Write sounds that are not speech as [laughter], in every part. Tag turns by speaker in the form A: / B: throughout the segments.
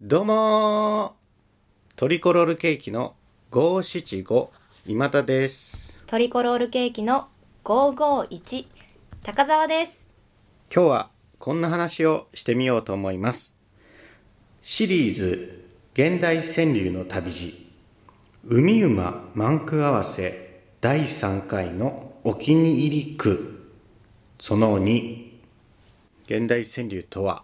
A: どうもートリコロールケーキの575今田です。
B: トリコロールケーキの551高澤です
A: 今日はこんな話をしてみようと思います。シリーズ現代川柳の旅路海馬満句合わせ第3回のお気に入り句その2現代川柳とは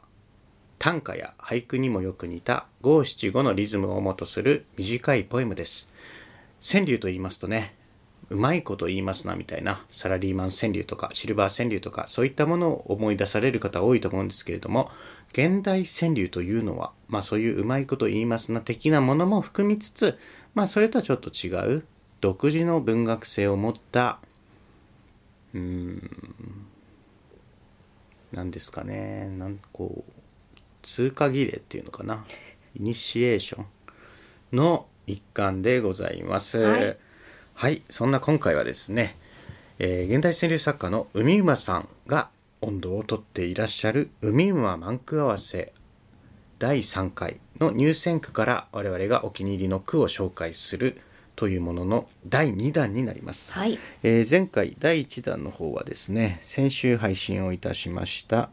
A: 短歌や俳句にもよく似た五七五のリズムをもとする短いポエムです。川柳と言いますとね、うまいこと言いますなみたいなサラリーマン川柳とかシルバー川柳とかそういったものを思い出される方多いと思うんですけれども、現代川柳というのは、まあそういううまいこと言いますな的なものも含みつつ、まあそれとはちょっと違う独自の文学性を持った、うーん、なんですかね、なんこう、通過儀礼っていうのかなイニシエーションの一環でございますはい、そんな今回はですね、えー現代川柳作家の海馬さんが音頭を取っていらっしゃる「海馬満句合わせ」第3回の入選句から我々がお気に入りの句を紹介するというものの第2弾になります、
B: はい
A: えー前回第1弾の方はですね先週配信をいたしました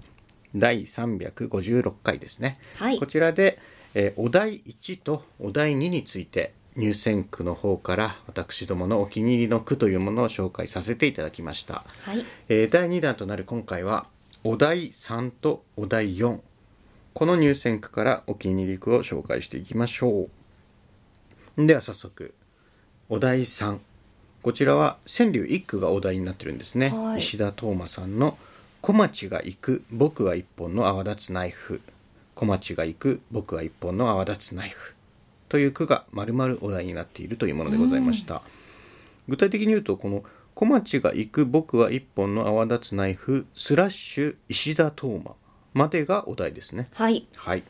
A: 第356回ですね、
B: はい
A: こちらで、えーお題1とお題2について入選句の方から私どものお気に入りの句というものを紹介させていただきました、
B: はい
A: えー第2弾となる今回はお題3とお題4この入選句からお気に入り句を紹介していきましょうでは早速お題3こちらは川柳一句がお題になってるんですね、
B: はい
A: 石田斗真さんの「小町が行く僕は一本の泡立つナイフ」「小町が行く僕は一本の泡立つナイフ」という句が丸々お題になっているというものでございました、具体的に言うとこの「小町が行く僕は一本の泡立つナイフ」スラッシュ石田斗真までがお題ですね
B: はい
A: はい。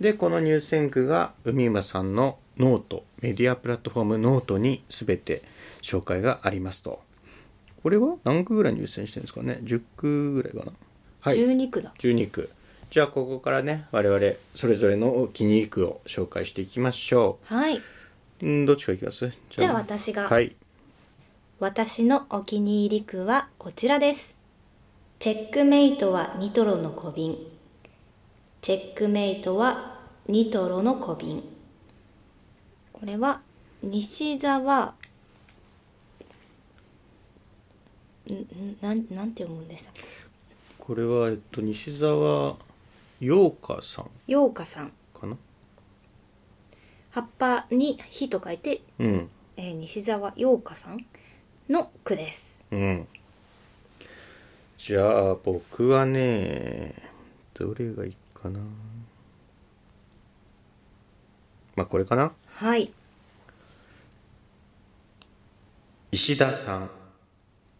A: で、この入選句が海馬さんのノート、メディアプラットフォームノートに全て紹介がありますと。これは何句ぐらい入選してるんですかね ?10 句ぐらいかな。はい。
B: 12区だ
A: 12句。じゃあ、ここからね、我々それぞれのお気に入り句を紹介していきましょ
B: はい、
A: う。んどっちからいきます
B: じゃあ私が
A: はい。
B: 私のお気に入り区はこちらですチェックメイトはニトロの小瓶チェックメイトはニトロの小瓶これは西沢んんなんなんて読むんでしたっけ
A: これは、えっと、西澤陽香さん
B: 陽花さん
A: かな
B: 葉っぱに「火」と書いて
A: うん。
B: えー西澤陽花さんの句です。
A: うん。じゃあ僕はねどれがいいかなまあこれかな
B: はい。
A: 石田さん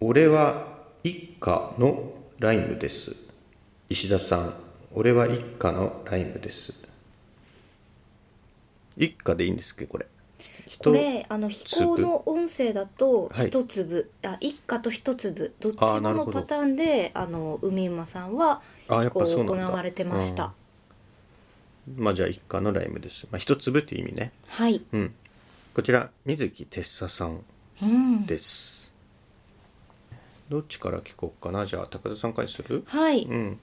A: 俺は一家のライムです石田さん俺は一家のライムです一家でいいんですけどこれ
B: こ
A: 人
B: れあの飛行の音声だと
A: はい
B: 一粒、あ一家と一粒どっち
A: あー
B: も
A: なるほ
B: の
A: ど
B: パターンであの海馬さんは
A: あーやっ
B: 飛行
A: ぱ
B: を
A: そう
B: 行
A: なんだ
B: われてました。
A: まあじゃあ一家のライムですまあ一粒っていう意味ね
B: はい。
A: うんこちら水木哲沙さん
B: うん。
A: です。どっちから聞こうかなじゃあ高田さんからにする
B: はい。
A: うん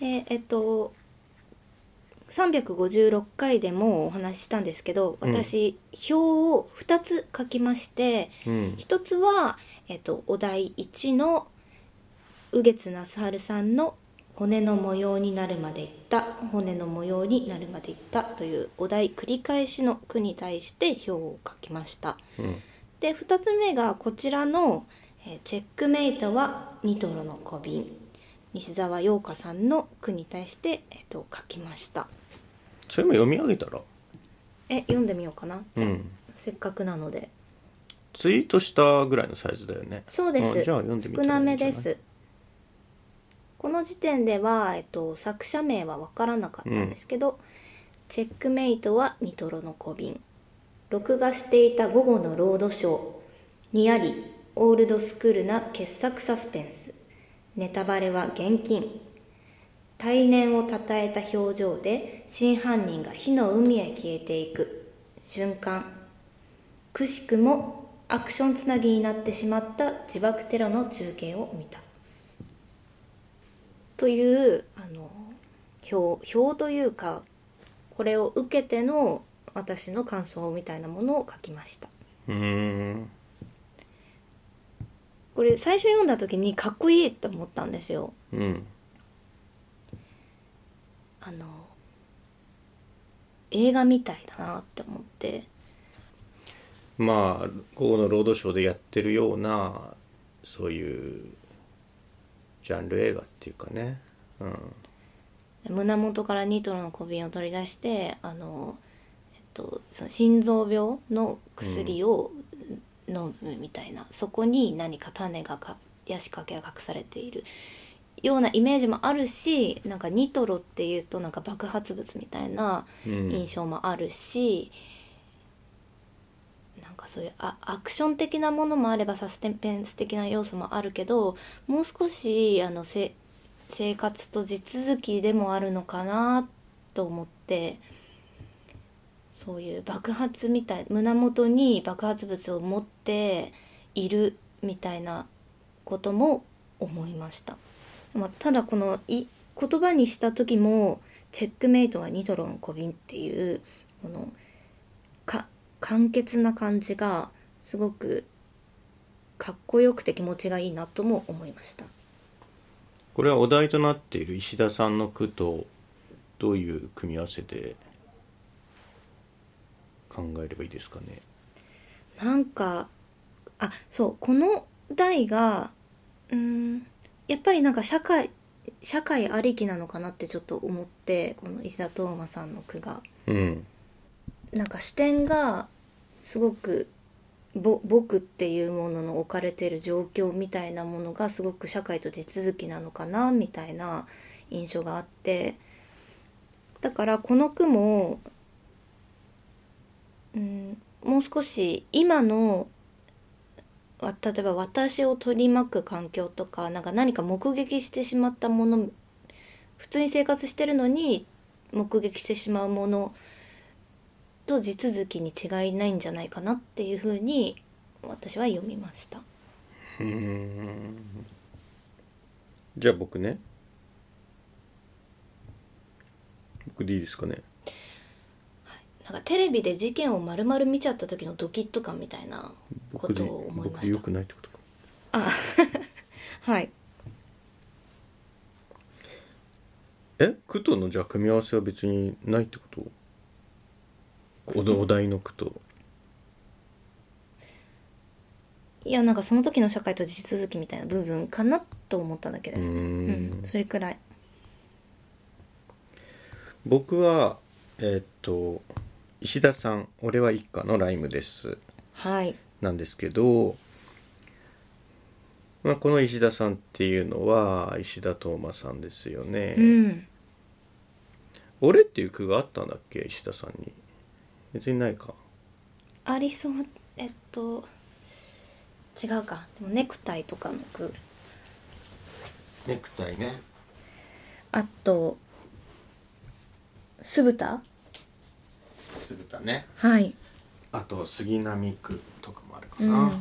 B: えーえっと356回でもお話ししたんですけど
A: うん
B: 私、表を2つ書きまして
A: うん
B: 一つは、えっと、お題1の右月那須春さんの「骨の模様になるまでいった」「骨の模様になるまでいった」というお題繰り返しの句に対して表を書きました。
A: うん
B: で2つ目がこちらの「えーチェックメイトはニトロの小瓶」西澤陽花さんの句に対して、えっと、書きました。
A: それも読み上げたら
B: え読んでみようかなじゃあ、
A: うん
B: せっかくなので。
A: ツイートしたぐらいのサイズだよね
B: そうです。
A: あじゃあ読んでみて
B: 少
A: もいいんじゃ
B: ないめです。この時点では、えっと、作者名は分からなかったんですけど、チェックメイトはニトロの小瓶録画していた午後のロードショーにありオールドスクールな傑作サスペンスネタバレは厳禁対年をたたえた表情で真犯人が火の海へ消えていく瞬間くしくもアクションつなぎになってしまった自爆テロの中継を見たというあの表表というかこれを受けての私の感想みたいなものを書きました
A: うーん
B: これ最初読んだ時にかっこいいって思ったんですよ
A: うん
B: あの映画みたいだなって思って
A: まあ午後のロードショーでやってるようなそういうジャンル映画っていうかねうん
B: 胸元からニトロの小瓶を取り出してあの、えっと、その心臓病の薬を飲むみたいな、そこに何か種がかヤシかけが隠されているようなイメージもあるしなんかニトロっていうとなんか爆発物みたいな
A: うん
B: 印象もあるし、なんかそういうアアクション的なものもあればサスペンス的な要素もあるけどもう少しあのせ生活と地続きでもあるのかなと思ってそういう爆発みたい胸元に爆発物を持っているみたいなことも思いました。まあ、ただこのい言葉にした時も「チェックメイトはニトロの小瓶」っていうこのか簡潔な感じがすごくかっこよくて気持ちがいいなとも思いました。
A: これはお題となっている石田さんの句とどういう組み合わせで考えればいいですかね
B: なんかあそうこの題がうーんやっぱりなんか社会社会ありきなのかなってちょっと思ってこの石田斗真さんの句が。
A: うん
B: なんか視点がすごくぼ僕っていうものの置かれている状況みたいなものがすごく社会と地続きなのかなみたいな印象があってだからこの句も、うん、もう少し今のわ例えば私を取り巻く環境とかなんか何か目撃してしまったもの普通に生活してるのに目撃してしまうものと地続きに違いないんじゃないかなっていうふうに私は読みました
A: じゃあ僕ね僕でいいですかね
B: なんかテレビで事件を丸々見ちゃった時のドキッと感みたいなこ
A: 僕で
B: とを思いま
A: 僕で
B: し
A: よ
B: た
A: くないってことか
B: はい
A: え句とのじゃあ組み合わせは別にないってことおお題の句と
B: いやなんかその時の社会と地続きみたいな部分かなと思っただけです
A: う
B: ねうんん、それくらい
A: 僕はえーっと石田さん「俺は一家」のライムです
B: はい
A: なんですけど、まあ、この石田さんっていうのは石田斗真さんですよね、
B: うん
A: 俺っていう句があったんだっけ石田さんに別にないか
B: ありそうえっと違うかでもネクタイとかの句
A: ネクタイね
B: あと酢豚
A: 酢豚ね
B: はい、
A: あと杉並区とかもあるか
B: うん、
A: な、
B: は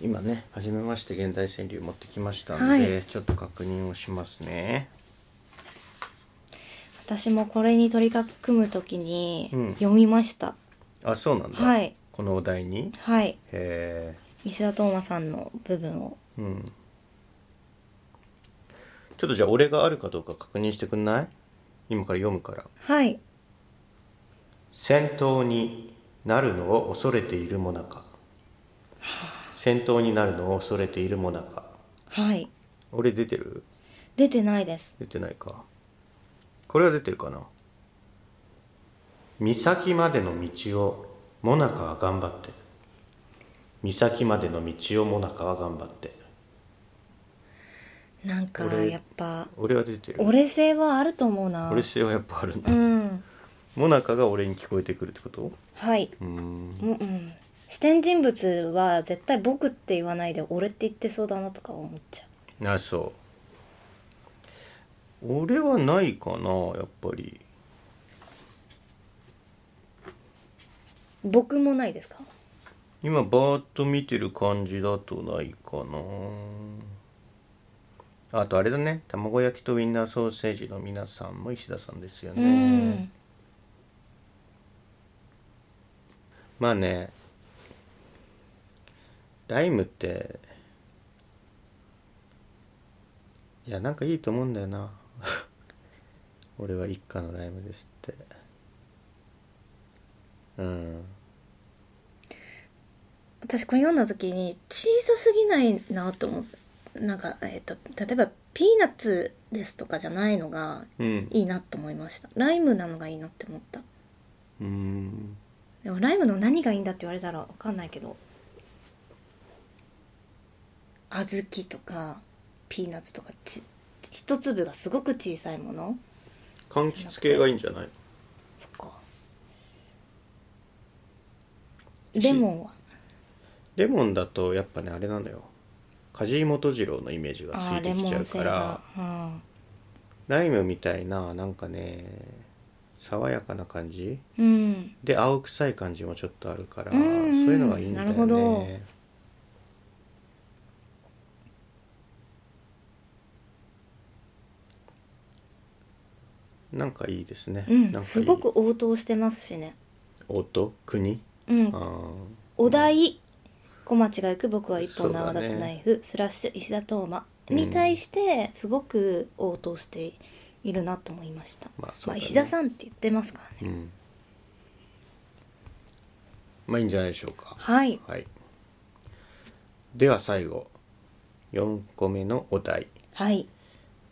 A: 今ね初めまして現代川柳持ってきましたんで、
B: はい
A: ちょっと確認をしますね
B: 私もこれに取り組むときに
A: うん
B: 読みました、
A: あそうなんだ、
B: はい
A: このお題に
B: はい
A: へえ
B: 石田斗真さんの部分を
A: うんちょっとじゃあ俺があるかどうか確認してくんない今から読むから
B: はい
A: 戦闘になるのを恐れているもなか戦闘になるのを恐れているもなか
B: はい
A: 俺出てる
B: 出てないです
A: 出てないかこれは出てるかな岬までの道をモナカは頑張って岬までの道をモナカは頑張って
B: なんか
A: 俺
B: やっぱ
A: 俺は出てる
B: 俺性はあると思うな
A: 俺性はやっぱあるんだ
B: うん
A: モナカが俺に聞こえてくるってこと
B: はい、
A: うーん
B: うんうん、視点人物は絶対「僕」って言わないで「俺」って言ってそうだなとか思っちゃ
A: あそう俺はないかなやっぱり
B: 僕もないですか
A: 今バーッと見てる感じだとないかなあとあれだね卵焼きとウインナーソーセージの皆さんも石田さんですよ
B: う
A: ね、
B: ん
A: まあねライムっていやなんかいいと思うんだよな [laughs] 俺は一家のライムですってうん
B: 私これ読んだ時に小さすぎないなと思ってなんか、えっと例えばピーナッツですとかじゃないのが
A: うん
B: いいなと思いましたライムなのがいいなって思った
A: うん
B: でもライムの何がいいんだって言われたら分かんないけど小豆とかピーナッツとかち一粒がすごく小さいもの
A: 柑橘系がいいんじゃない
B: そっかレモンは
A: レモンだとやっぱねあれなのよ梶井元次郎のイメージがつ
B: ああ
A: い
B: ーレ
A: てき
B: モ
A: ちゃ
B: ン
A: う
B: 性
A: から
B: が、うん
A: ライムみたいななんかね爽やかな感じ
B: うん、
A: で青臭い感じもちょっとあるから、
B: うんうん
A: そういうのがいいんだよね
B: なるほど
A: なんかいいですね、
B: うん
A: なんかいい
B: すごく応答してますしね、
A: 音国
B: うん
A: あ、ー
B: お題小町が行く僕は一
A: そ
B: 本
A: うだね
B: 縄立つナイフ、スラッシュ石田斗真に対してすごく応答しているなと思いました、
A: まあそうだね
B: 石田さんって言ってますからね、
A: うんまあいいんじゃないでしょうか
B: はい
A: はいでは最後4個目のお題
B: はい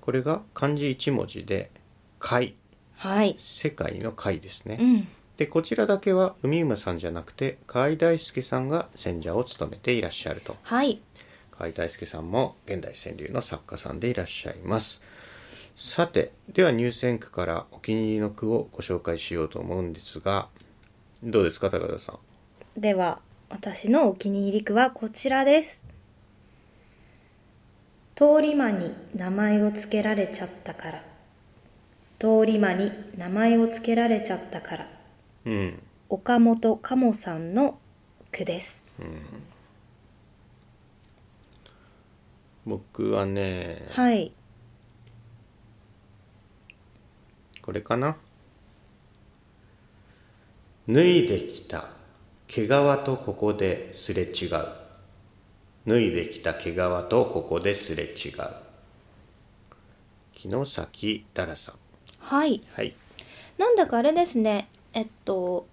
A: これが漢字1文字で「貝
B: はい」
A: 世界の貝ですね、
B: うん
A: でこちらだけは海馬さんじゃなくて河合大輔さんが選者を務めていらっしゃると
B: はい
A: 河合大輔さんも現代川柳の作家さんでいらっしゃいますさてでは入選句からお気に入りの句をご紹介しようと思うんですがどうですか高田さん
B: では私のお気に入り句はこちらです通り魔に名前を付けられちゃったから通り魔に名前を付けられちゃったから
A: うん
B: 岡本鴨さんの句です
A: 僕はね
B: はい
A: これかな脱いできた毛皮とここですれ違う脱いできた毛皮とここですれ違う木崎ララさん
B: はい
A: はい
B: なんだかあれですねえっと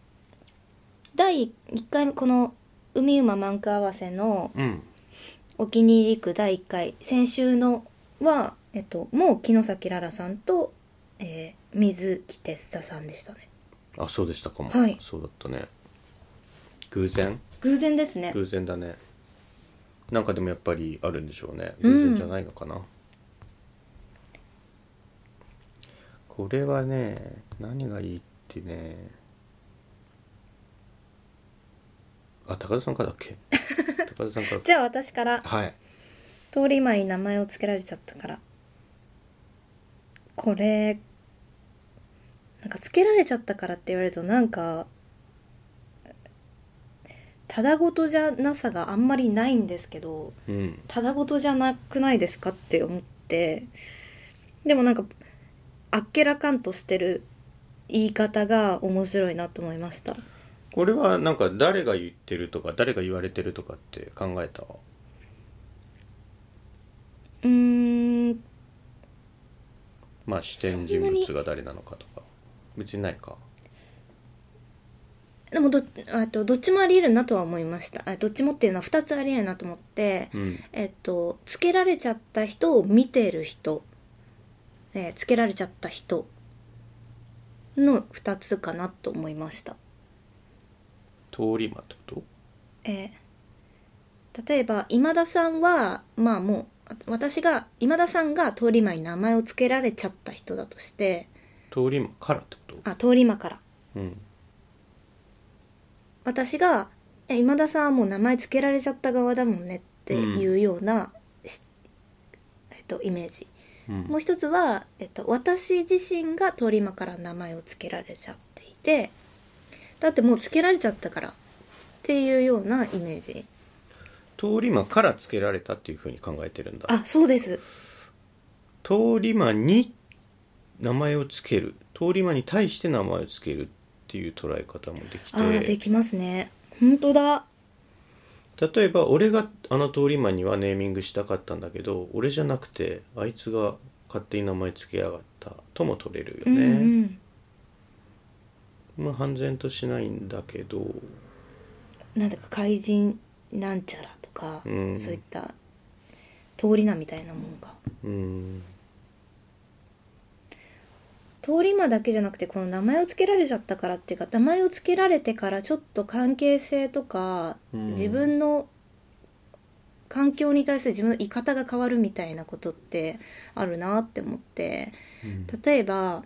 B: 第1回目この「海馬満句合わせ」の
A: うん
B: お気に入り句第1回先週のは、えっと、もう木の咲ららさんと、えー水木哲也さんでしたね
A: あそうでしたかも、
B: はい
A: そうだったね偶然
B: 偶然ですね
A: 偶然だねなんかでもやっぱりあるんでしょうね偶然じゃないのかな、これはね何がいいってねあ高田さんからだっ
B: [laughs]
A: け高田さんから
B: じゃあ私から
A: はい
B: 通り魔に名前を付けられちゃったからこれなんか付けられちゃったからって言われるとなんかただごとじゃなさがあんまりないんですけど
A: うん
B: ただごとじゃなくないですかって思ってでもなんかあっけらかんとしてる言い方が面白いなと思いました
A: これはなんか誰が言ってるとか誰が言われてるとかって考えた
B: うーん
A: まあ視点人物が誰なのかとか別にないか
B: でもどあとどっちもありえるなとは思いましたあどっちもっていうのは2つありえるなと思って、
A: うん
B: えっとつけられちゃった人を見てる人、えーつけられちゃった人の2つかなと思いました
A: 通り魔ってこと
B: えー例えば今田さんはまあもうあ私が今田さんが通り魔に名前を付けられちゃった人だとして
A: 通り魔からってこと
B: あ通り魔から
A: うん
B: 私が「え今田さんはもう名前付けられちゃった側だもんね」っていうような、しえっと、イメージ
A: うん
B: もう一つは、えっと、私自身が通り魔から名前を付けられちゃっていてだってもう付けられちゃったからっていうようなイメージ
A: 通り魔からつけられたっていうふうに考えてるんだ
B: あそうです
A: 通り魔に名前をつける通り魔に対して名前をつけるっていう捉え方もでき
B: あーで
A: て
B: きますね本当だ
A: 例えば俺があの通り魔にはネーミングしたかったんだけど俺じゃなくてあいつが勝手に名前つけやがったとも取れるよね、
B: うんうん
A: まあ半然としないんだけど
B: なんだか怪人なんちゃらとか、
A: うん
B: そういった通り名みたいなもんが
A: うん
B: 通り魔だけじゃなくてこの名前を付けられちゃったからっていうか名前を付けられてからちょっと関係性とか、
A: うん
B: 自分の環境に対する自分の言い方が変わるみたいなことってあるなって思って
A: うん
B: 例えば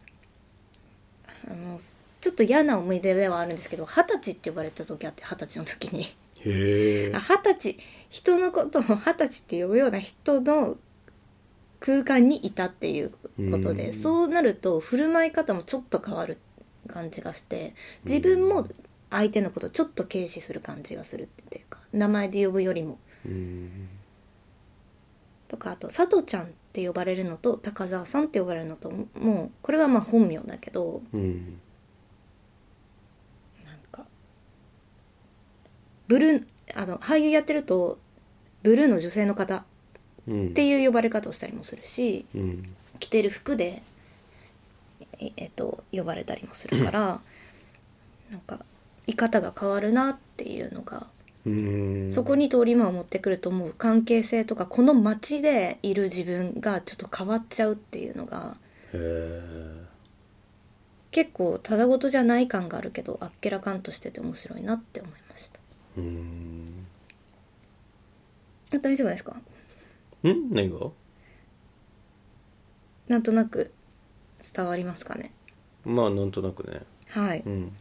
B: あのちょっと嫌な思い出ではあるんですけど二十歳って呼ばれた時あって二十歳の時に。
A: へえ
B: あ二十歳人のことを二十歳って呼ぶような人の空間にいたっていうことで、
A: うん
B: そうなると振る舞い方もちょっと変わる感じがして自分も相手のことをちょっと軽視する感じがするっていうか名前で呼ぶよりも
A: うん
B: とかあと「佐藤ちゃん」って呼ばれるのと「高澤さん」って呼ばれるのともうこれはまあ本名だけど
A: うん
B: なんかブルーあの俳優やってるとブルーの女性の方
A: うん
B: っていう呼ばれ方をしたりもするし。
A: うん
B: 着てる服でええっと呼ばれたりもするからなんか言い方が変わるなっていうのが、
A: うん
B: そこに通り魔を持ってくるともう関係性とかこの街でいる自分がちょっと変わっちゃうっていうのが
A: へえ
B: 結構ただごとじゃない感があるけどあっけらかんとしてて面白いなって思いました。
A: うん
B: あ大丈夫ですか
A: ん何が
B: なんとなく伝わりますかね
A: まあなんとなくね
B: はい、
A: うん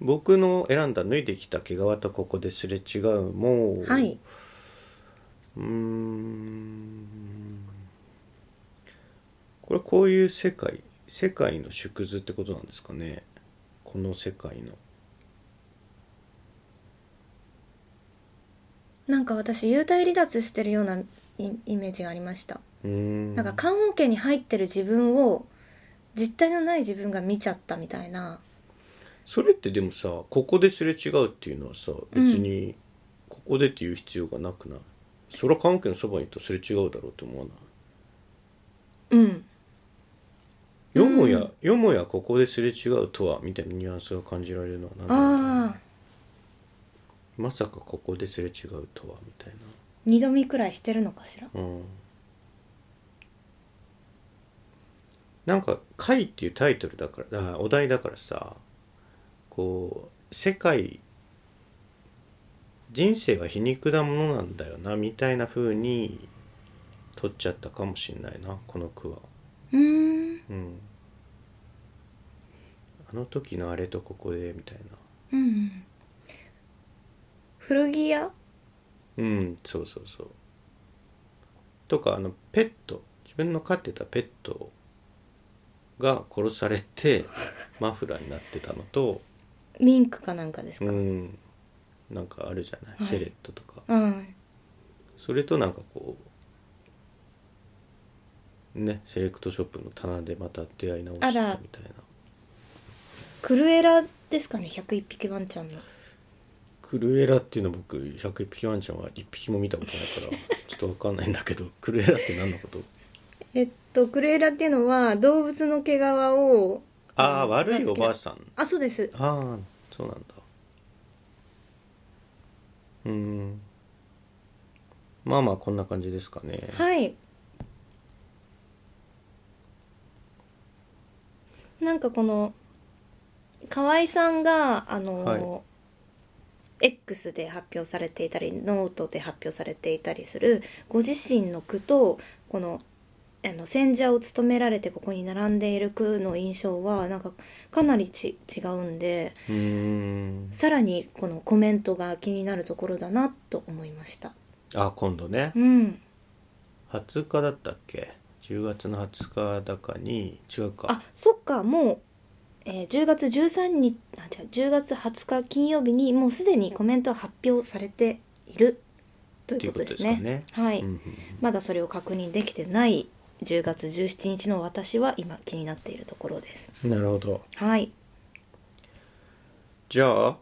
A: 僕の選んだ脱いできた毛皮とここですれ違うも
B: はい、
A: うーんこれこういう世界世界の縮図ってことなんですかねこの世界の
B: なんか私幽体離脱してるようないイメージがありました
A: うーん
B: なんか棺桶に入ってる自分を実体のない自分が見ちゃったみたいな
A: それってでもさここですれ違うっていうのはさ別にここでっていう必要がなくない、そら関係のそばにいるとすれ違うだろうって思わない
B: うん
A: よもや、よもやここですれ違うとはみたいなニュアンスが感じられるのは何だろうね
B: ああ
A: まさかここですれ違うとはみたい
B: 二度見くらいしてるのかしら
A: なうんなんか「回」っていうタイトルだからあお題だからさこう世界人生は皮肉なものなんだよなみたいな風に取っちゃったかもしんないなこの句は。
B: うーん
A: うんあの時のあれとここでみたいな
B: うんうん古着屋
A: うんそうそうそうとかあのペット自分の飼ってたペットが殺され
B: [laughs]
A: てマフラーになってたのと
B: ミンクかなんかです
A: う
B: か、
A: んなんかあるじゃない、
B: はい
A: ペレットとか
B: うん
A: それとなんかこうねセレクトショップの棚でまた出会い直したみ
B: あら
A: たいな
B: クルエラですかね101匹ワンちゃんの
A: クルエラっていうの僕101匹ワンちゃんは1匹も見たことないからちょっとわかんないんだけどクルエラって何のこと
B: えっとクルエラっていうのは動物の毛皮を
A: ああ
B: うん
A: 悪い
B: が
A: お
B: 好きな
A: ばあさん
B: あそうです
A: ああそうなんだうーんまあまあこんな感じですかね、
B: はい。なんかこの河合さんがあの、
A: は
B: X で発表されていたりノートで発表されていたりするご自身の句とこのあの選者を務められてここに並んでいる句の印象はなんかかなりち違うんで
A: うーん
B: さらにこのコメントが気になるところだなと思いました。
A: あ今度ね
B: うん
A: 20日だったっけ10月の20日だかに違うか
B: あそっかもう、えー10月13日あ違う10月20日金曜日にもうすでにコメントは発表されているということですね
A: ということです
B: はい、
A: うんうん
B: まだそれを確認できてない10月17日の私は今気になっているところです
A: なるほど
B: はい
A: じゃあ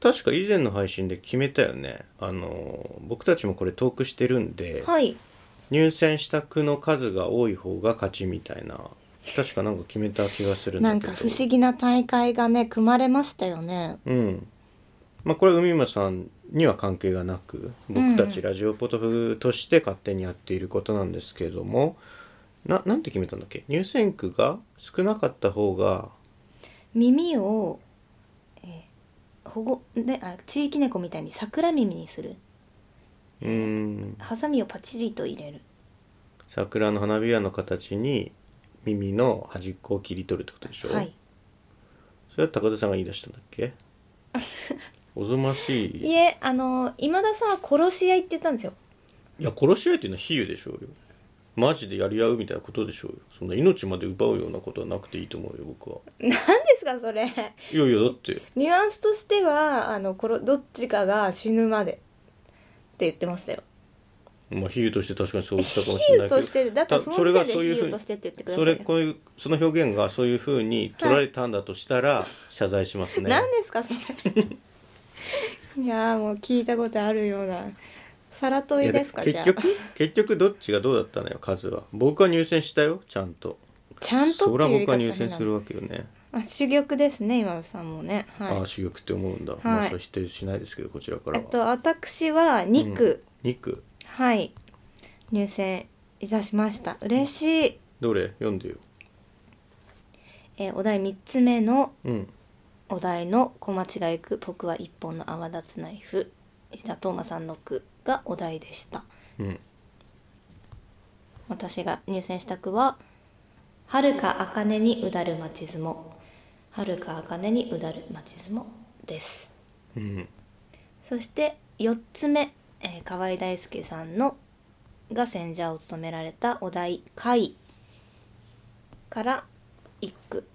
A: 確か以前の配信で決めたよねあの僕たちもこれトークしてるんで、
B: はい
A: 入選した句の数が多い方が勝ちみたいな確かなんか決めた気がするんだ
B: なん
A: けど
B: か不思議な大会がね組まれましたよね
A: うんまあこれは海馬さんには関係がなく僕たちラジオポトフとして勝手にやっていることなんですけれども、ななんて決めたんだっけ入選句が少なかった方が
B: 耳を、えー保護ねあ地域猫みたいに桜耳にする
A: うーん
B: ハサミをパチリと入れる
A: 桜の花びらの形に耳の端っこを切り取るってことでしょ、
B: はい
A: それは高田さんが言い出したんだっけ
B: [laughs]
A: おぞましい
B: いえあの今田さんは殺し合いって言ったんですよ
A: いや殺し合いっていうのは比喩でしょうよマジでやり合うみたいなことでしょうよそんな命まで奪うようなことはなくていいと思うよ僕は
B: 何ですかそれ
A: いやいやだって
B: ニュアンスとしてはあの殺どっちかが死ぬまでって言ってましたよ
A: まあ比喩として確かにそう言ったかもし
B: 比
A: れないけ
B: 喩
A: ど
B: としてだって
A: た
B: その
A: それ
B: 時
A: が
B: 点
A: そう
B: で
A: いうふ
B: 比
A: う
B: 喩と
A: に
B: してって言ってくださ
A: そ
B: いよ
A: れこういうその表現がそういうふうに取られたんだとしたら、謝罪しますね
B: 何ですかそれ [laughs] いやーもう聞いたことあるようなさら問いですか
A: いや
B: じゃ
A: 結
B: あ
A: 局結局どっちがどうだったのよ数は僕は入選したよちゃんと
B: ちゃんと
A: そりゃ
B: っていう言い
A: 僕は
B: 方
A: 入
B: 変
A: 選
B: な
A: するわけよね、
B: あ珠玉ですね今田さんもね
A: あ
B: は
A: あ
B: い
A: 主玉って思うんだ、まあ
B: はい
A: それは否定しないですけどこちらか
B: え
A: ら
B: っ
A: は
B: と私は2区、
A: 肉
B: はい入選いたしました嬉しい、
A: どれ読んでよ
B: えーお題3つ目の
A: うん
B: お題の「小町が行く僕は一本の泡立つナイフ」石田斗真さんの句がお題でした
A: うん
B: 私が入選した句は「遥か茜にうだる町相撲」「遥か茜にうだる町相撲」です
A: うん
B: そして4つ目、えー河合大輔さんのが選者を務められたお題「会」から一句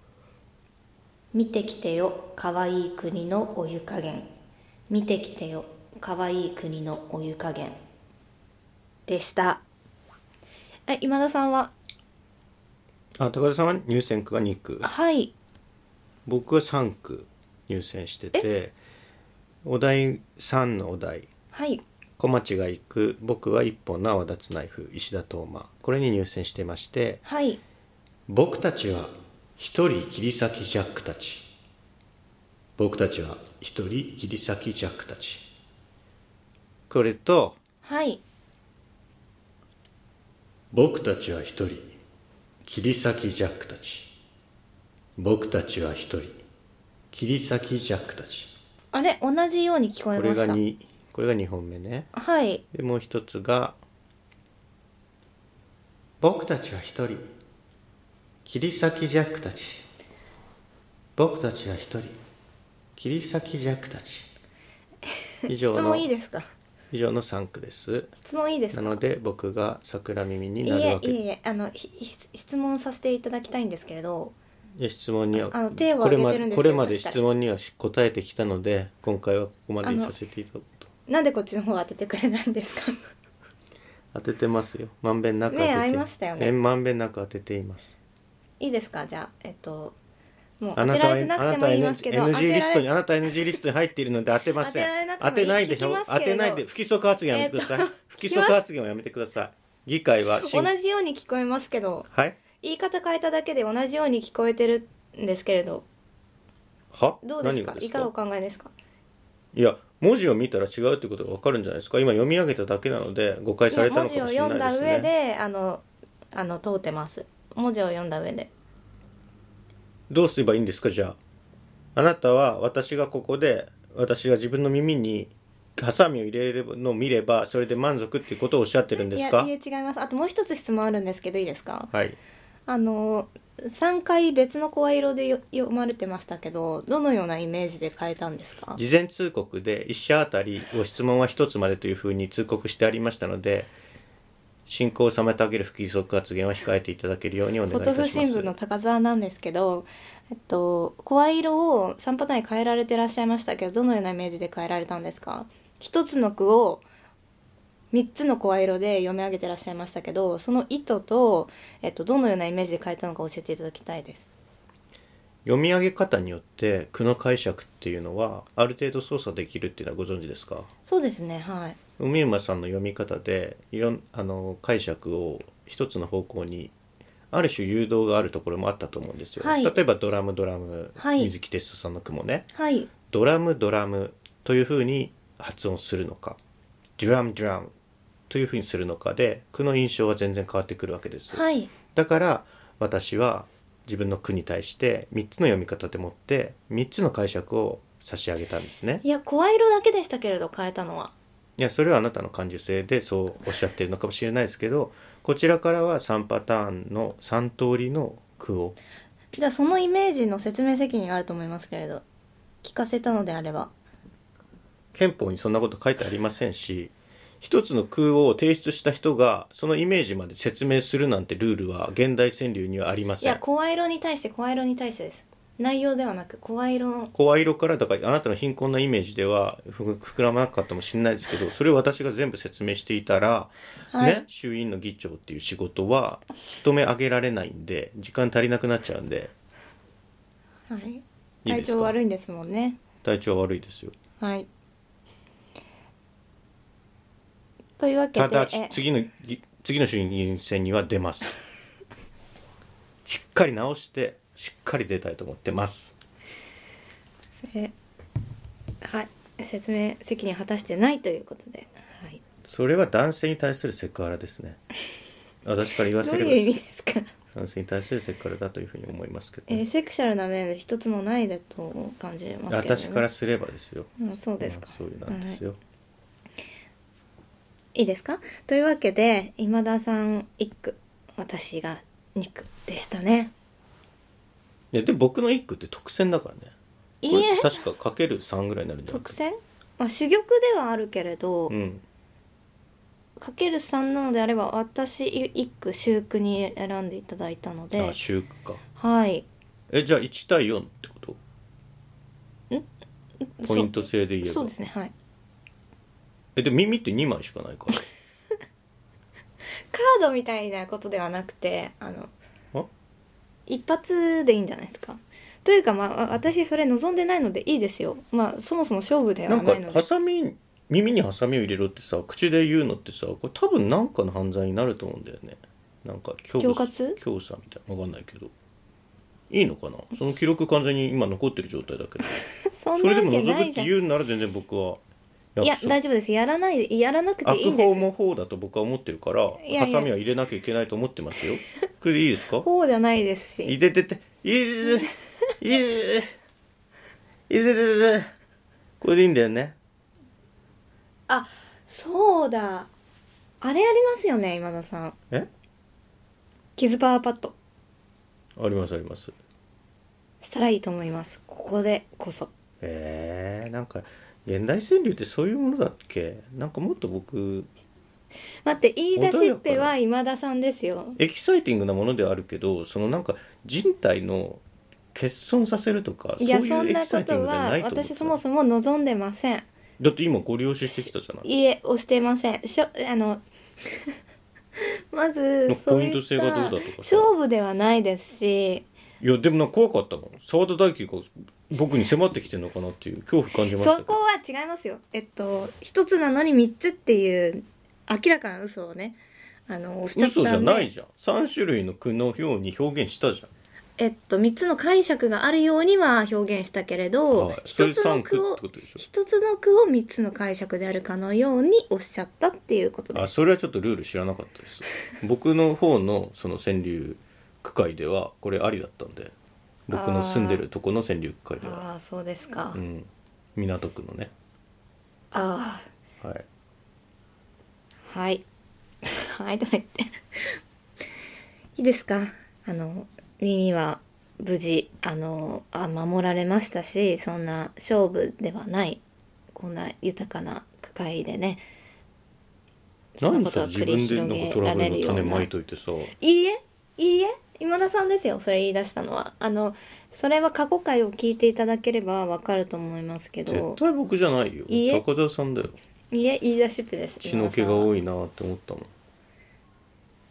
B: 「見てきてよかわいい国のお湯加減」「見てきてよかわいい国のお湯加減」でしたえ今田さんは
A: あ高田さんは入選区が2区
B: はい
A: 僕は3区入選しててお題3のお題
B: はい
A: 「小町が行く僕は一本の泡立つナイフ石田斗真」これに入選してまして
B: はい
A: 「僕たちは一人切り裂きジャックたち」「僕たちは一人切り裂きジャックたち」これと
B: はい
A: 僕たちは一人切り裂きジャックたち僕たちは一人切り裂きジャックたち
B: あれ同じように聞こえ
A: こ
B: ま
A: れ
B: し
A: が
B: た
A: 2これが2本目ね
B: はい
A: でもう一つが僕たちは一人切り裂きジャックたち僕たちは一人切り裂きジャックた
B: [laughs]
A: ち以
B: 質
A: 上の
B: 問いいですか
A: 以上の3区です
B: 質問いいです
A: な
B: か
A: ので僕が桜耳に
B: い
A: なる
B: え
A: わけ
B: いえいえあのひひ質問させていただきたいんですけれど
A: いや質問には
B: あの手を
A: これま
B: 挙げてるんですけど
A: これまで
B: さっきから
A: 質問にはし答えてきたので今回はここまでにさせていただくと
B: なんでこっちの方当ててくれないんですか [laughs]
A: 当ててますよまんべんなく当てて
B: ね合いましたよね
A: まんべんなく当てています
B: いいですかじゃあえっともう
A: あ
B: 当
A: な
B: て
A: た
B: ら
A: は
B: れ
A: あ
B: て
A: なた
B: なく
A: は
B: ても言いますけど
A: NG
B: 当てられ
A: NG リストにあなた NG リストに入っているので当てません
B: 当てられなくても
A: 当てないでし
B: 聞
A: ょ
B: きます
A: 当
B: けれど
A: てないで不規則発言はやめてください、
B: えっと
A: 不規則発言はやめてください議会は
B: [laughs] 同じように聞こえますけど
A: はい
B: 言い方変えただけで同じように聞こえてるんですけれど
A: は
B: どうですか
A: 何が
B: いかがお考えですか
A: いや文字を見たら違うってことがわかるんじゃないですか今読み上げただけなので誤解された
B: 文
A: のか
B: 字を
A: もしれ
B: 読ん
A: ないで
B: だ
A: す
B: 上
A: ね
B: であのあの通ってます文字を読んだ上で
A: どうすればいいんですかじゃああなたは私がここで私が自分の耳にハサミを入れるのを見ればそれで満足っていうことをおっしゃってるんで
B: い
A: す
B: や
A: か
B: いえ違いますあともう一つ質問あるんですけどいいですか
A: はい
B: あの3回別の声色でよ読まれてましたけどどのようなイメージで変えたんですか
A: 事前通告で1社あたりご質問は1つまでというふうに通告してありましたので進行を妨げる不規則発言は控えていただけるようにお願いい
B: ポト
A: たし
B: フ
A: ます
B: 新聞の高澤なんですけど、えっと、声色を3パターンに変えられてらっしゃいましたけどどのようなイメージで変えられたんですか一つの句を3つの声色で読み上げてらっしゃいましたけどその意図と、えっと、どのようなイメージで変えたのか教えていただきたいです。
A: 読み上げ方によって句の解釈っていうのはある程度操作できるっていうのはご存知ですか
B: そうですねはい
A: 海馬さんの読み方でいろんあの解釈を一つの方向にある種誘導があるところもあったと思うんですよ、
B: はい
A: 例えばドラムドラム、
B: はい
A: 水木哲夫さんの句もね
B: はい
A: ドラムドラムというふうに発音するのかドゥラムドゥラムというふうにするのかで句の印象は全然変わってくるわけです、
B: はい
A: だから私は自分の句に対して3つの読み方でもって3つの解釈を差し上げたんですね
B: いや声色だけでしたけれど変えたのはい
A: やそれはあなたの感受性でそうおっしゃってるのかもしれないですけどこちらからは3パターンの3通りの句を
B: じゃあそのイメージの説明責任があると思いますけれど聞かせたのであれば
A: 憲法にそんなこと書いてありませんし一つの句を提出した人がそのイメージまで説明するなんてルールは現代川柳にはありま
B: い
A: せ
B: や
A: ん
B: 声色に対して声色に対してです内容ではなく声色の
A: 声色からだからあなたの貧困なイメージではふ膨らまなかったかもしれないですけどそれを私が全部説明していたら、
B: はい
A: ね衆院の議長っていう仕事は務め上げられないんで時間足りなくなっちゃうんで
B: はい
A: いい
B: 体
A: ですか
B: 調悪いんですもんね
A: 体調悪いですよ
B: はいというわけで
A: ただ
B: え
A: 次のぎ次の衆院選には出ます
B: [laughs]
A: しっかり直してしっかり出たいと思ってます
B: えはい説明責任果たしてないということで、はい、
A: それは男性に対するセクハラです
B: [laughs]
A: ね私から言わ
B: ど
A: せ
B: う
A: れば
B: いう意味ですか、
A: 男性に対するセクハラだというふうに思いますけど
B: え
A: ね、
B: セクシャルな面一つもないだと感じますけど、ね、
A: 私からすればですよ
B: うん、そうですか、
A: うんそういうなんですよ、
B: いいですかというわけで今田さん1句私が2句でしたね
A: いやでも僕の一句って特選だからね
B: いい
A: これ
B: え
A: 確かかける3ぐらいになるんじゃない
B: 特選まあ珠玉ではあるけれど、
A: うん
B: かける3なのであれば私1句修句に選んでいただいたの
A: あ
B: で
A: 週句か
B: はい
A: えじゃあ1対4ってこと
B: そう
A: ポイント制で言え
B: そう
A: ば
B: ですねはい
A: えでも耳って2枚しかない
B: [laughs]
A: から
B: カードみたいなことではなくてあの
A: あ
B: 一発でいいんじゃないですかというかまあ私それ望んでないのでいいですよまあそもそも勝負では
A: なん
B: な
A: か
B: いので
A: ハサミ耳にハサミを入れろってさ口で言うのってさこれ多分なんかの犯罪になると思うんだよねなんか強
B: 恐喝
A: 強さみたいなわかんないけどいいのかなその記録完全に今残ってる状態だけど
B: [laughs] [laughs] そん
A: そ
B: な
A: れ
B: わ
A: でも覗
B: けな
A: く
B: い
A: っ
B: じ
A: て
B: ゃん
A: 言うなら全然僕はい
B: いや大丈夫ですやらないやらなくていい
A: 悪
B: んです
A: 法
B: よ
A: も法だと僕は思ってるから
B: いや
A: ハサミは入れなきゃいけないと思ってますよこれでいいです
B: [laughs]
A: か
B: こうじゃないですし
A: いでてていでてていでてていでててこれでいいんだよね
B: あそうだあれありますよね今田さん
A: え
B: キズパワーパッド
A: ありますあります
B: したらいいと思いますここでこそ
A: えー、なんか現代川柳ってそういうものだっけなんかもっと僕
B: 待って言い出しっぺは今田さんですよ
A: エキサイティングなものではあるけどそのなんか人体の欠損させるとかそう
B: い
A: い
B: やそん
A: うエ
B: な
A: キサ
B: こ
A: イティン
B: と
A: グじゃ
B: は
A: ないと思って
B: 私そも
A: た
B: そも望んでません
A: だって今ご利用ししてきたじゃない
B: いいえ押してませんしょあの [laughs] まずそう
A: ポイ
B: い
A: ン
B: っ
A: ト制
B: た
A: がどうだとかさ
B: 勝負ではないですし
A: いやでもなんか怖かったもん澤田大樹が僕に迫ってきてるのかなっていう恐怖感じました
B: そ
A: け
B: こ
A: ど
B: は違いますよえっと一つなのに三つっていう明らかな嘘をねあのおっしゃった
A: 嘘
B: んで
A: じゃないじゃん3種類の句のように表現したじゃん
B: えっと3つの解釈があるようには表現したけれど
A: はい
B: 一、つ
A: それ
B: の
A: 三句
B: 句を
A: ってことでしょ
B: 一つの句を3つの解釈であるかのようにおっしゃったっていうことで
A: あ
B: す
A: それはちょっとルール知らなかったです僕の方のその川柳区会ではこれありだったんで僕の住んでるとこの川柳区会では、
B: ああそうですか、
A: うん、港区のね
B: あ
A: はい
B: あ [laughs] はいはいとか言っていいですかあの耳は無事あのあ守られましたしそんな勝負ではないこんな豊かな句会でねそ
A: 何
B: んなこと
A: さ
B: が
A: 自
B: 繰り
A: 分でなん
B: 広
A: か
B: げ
A: トラ
B: ら
A: ブ
B: れ
A: ル
B: る
A: の
B: よう
A: 種
B: な
A: ま
B: い
A: いといてさ
B: いえいいえ今田さんですよそれ言い出したのはあのそれは過去回を聞いていただければわかると思いますけ
A: 絶
B: ど
A: 対僕じゃないよ
B: いいえ
A: 高田さんだよ
B: いいえ言い出しっぺです
A: 血の気が多いなって思ったもん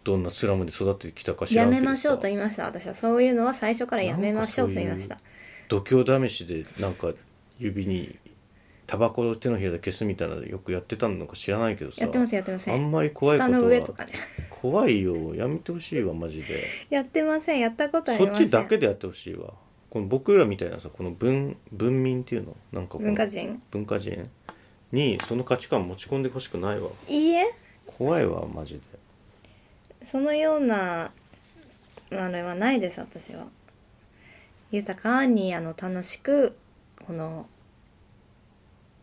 A: どんなスラムで育ってきたか知ら
B: や
A: んけど
B: め
A: さ
B: ましょうと言いました私はそういうのは最初からやめましょうと言いました
A: 度胸試しでなんか指にタバコを手のひらで消すみたいなのよくやってたのか知らないけどさ
B: やってますやってません
A: あんまり怖いことは
B: 下の上とかね
A: 怖いよやめてほしいわマジで
B: やってませんやったことあり
A: そっ
B: ません
A: ちだけでやってほしいわこの僕らみたいなさこの文文民っていうのなんかこの
B: 文化人
A: 文化人にその価値観持ち込んでほしくないわ
B: いいえ
A: 怖いわマジで
B: そのようなあれはないです私は豊かにあの楽しくこの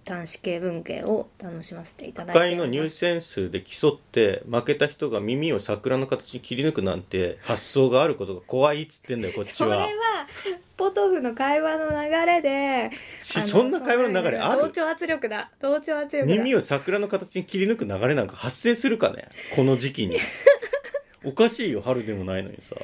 B: 短子系文芸を楽しませていただいて
A: 会の入選数で競って負けた人が耳を桜の形に切り抜くなんて発想があることが怖いっつってんだよこっち
B: それは
A: は
B: ポトフの会話の流れで
A: し
B: あの
A: そんな会話の流れある
B: そういう同調圧力だ同調圧力だ
A: 耳を桜の形に切り抜く流れなんか発生するかねこの時
B: [laughs]
A: 期におかしいよ春でもないのにさ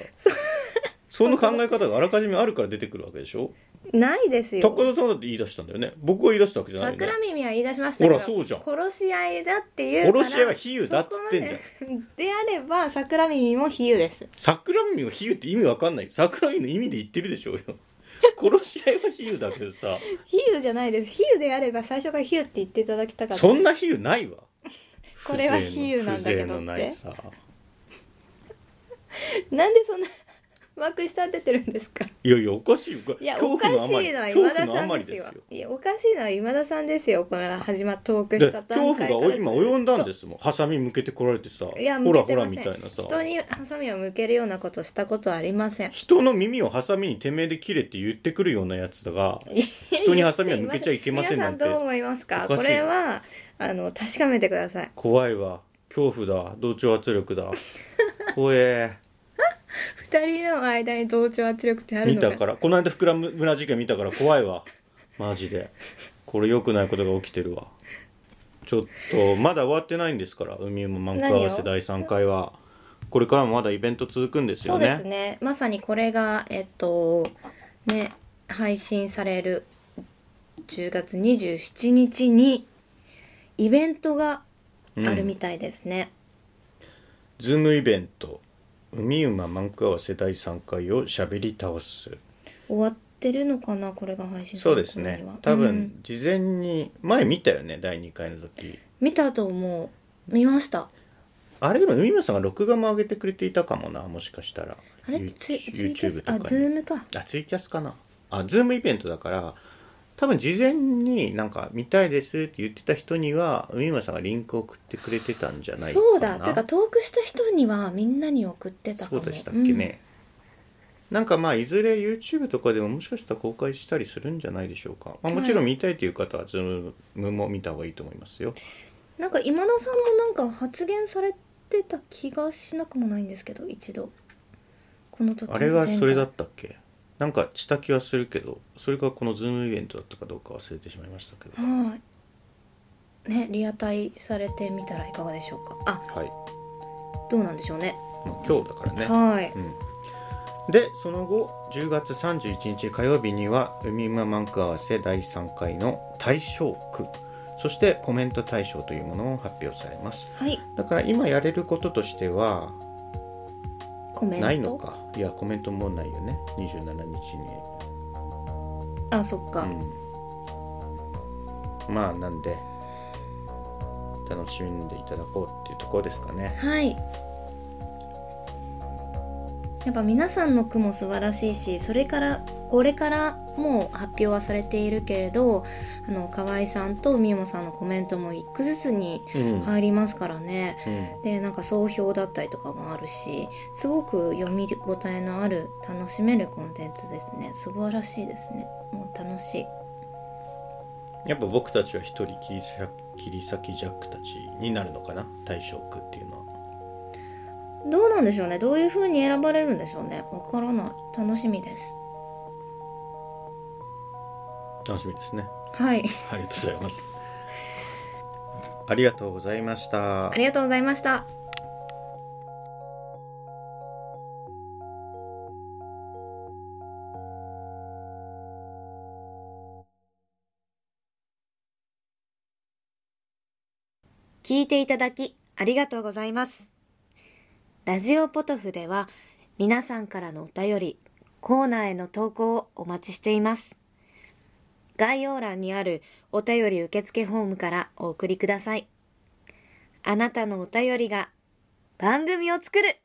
A: その考え方があらかじめあるから出てくるわけでしょ
B: ないですよ
A: 高田さんだって言い出したんだよね僕が言い出したわけじゃないよね
B: 桜耳は言い出しましたけど
A: ほらそうじゃん
B: 殺し合いだっていうから
A: 殺し合いは比喩だっつってんじゃん
B: そこまで [laughs] であれば桜耳も比喩です
A: 桜耳が比喩って意味わかんない桜耳の意味で言ってるでしょう
B: [laughs]
A: よ殺し合いは比喩だけどさ
B: 比喩じゃないです比喩であれば最初から比喩って言っていただきたかった
A: そんな比喩ないわ
B: [laughs] これは比喩なんだけ
A: 風
B: ど
A: 情の風情の
B: っ
A: な
B: て
A: いさ
B: なんでそんな [laughs] まくしたててるんです
A: [laughs]
B: か
A: いやいやおかしいよ
B: いや
A: 恐
B: おか
A: 怖のあ
B: し
A: まり
B: いのは
A: 恐
B: 今田
A: 怖の
B: さ
A: あ
B: ん
A: ま
B: で
A: り
B: す
A: で
B: よ
A: すよ
B: いやおかしいのは今田さんですよこれ始まトーク
A: で
B: した
A: 恐
B: 段階から
A: 怖が今及んだんですすもんハサミ向けてこられてさ
B: いや
A: ほら
B: 向け
A: ほら
B: てません
A: みたいなさ
B: 人にハサミを向けるようなことしたことはありません
A: 人の耳をハサミにてめえで切れって言ってくるようなやつだが人にハサミは向けちゃいけませんなんて
B: 皆さんどう思いますか
A: おかしい
B: これはあの確かめてください
A: 怖いわ恐怖だ同調圧力だ怖え
B: 二人の間に同調圧力ってある
A: 見
B: のか
A: たからこの間膨らむ村事件見たから怖いわマジでこれ良くないことが起きてるわちょっとまだ終わってないんですから海も満開合わ
B: 何
A: せ
B: を
A: 第3回はこれからもまだイベント続くんです
B: そ
A: よ
B: う
A: ね
B: ですねまさにこれがえっとね配信される10月27日にイベントがあるみたいですね、
A: ズームイベント海馬満開合わせ第3回をしゃべり倒す
B: 終わってるのかなこれが配信さ
A: そう
B: れ
A: で
B: る
A: す
B: 頃に
A: ね
B: は
A: 多
B: う
A: 分
B: ん
A: 事前に前見たよね第2回の時
B: 見たと思う見ました
A: あれでも海馬さんが録画も上げてくれていたかもなもしかしたら
B: あれツイツイキャスあズームか
A: あツイキャスかなあズームイベントだから多分事前になんか見たいですって言ってた人には海馬さんがリンクを送ってくれてたんじゃないかな
B: そうだてかトークした人にはみんなに送ってたか
A: そ
B: も
A: うでしたっけ
B: うん
A: ね、なんかまあいずれ YouTube とかでももしかしたら公開したりするんじゃないでしょうか、まあ、もちろん見たいという方は Zoom も見た方がいいと思いますよ
B: なんか今田さんもなんか発言されてた気がしなくもないんですけど一度この時
A: あれがそれだ
B: 前
A: ったっけなんかした気はするけどそれがこの Zoom イベントだったかどうか忘れてしまいましたけど
B: 回はいねリアタイされてみたらいかがでしょうかあ
A: はい、
B: どうなんでしょうね
A: まあ、今日だからね
B: はい
A: でその後10月31日火曜日には「海馬満開合わせ第3回」の大賞句そしてコメント大賞というものを発表されます
B: はい
A: だから今やれることとしては
B: コメント
A: ないのかいやコメントもないよね27日に
B: あそっか、
A: うんまあなんで楽しんでいただこうっていうところですかね
B: はいやっぱ皆さんの句も素晴らしいしそれからこれからもう発表はされているけれどあの河合さんとみもさんのコメントも一句ずつに
A: うん、
B: 入りますからね、
A: うん
B: でなんか総評だったりとかもあるしすごく読み応えのある楽しめるコンテンツですね素晴らしいですねもう楽しい
A: やっぱ僕たちは一人切り裂切り裂きジャックたちになるのかな大将区っていうのは
B: どうなんでしょうねどういう風に選ばれるんでしょうねわからない楽しみです
C: 楽しみですね
B: はい
C: ありがとうございますありがとうございました
B: ありがとうございました聞いていただきありがとうございますラジオポトフでは皆さんからのお便りコーナーへの投稿をお待ちしています概要欄にあるお便り受付フォームからお送りくださいあなたのお便りが番組を作る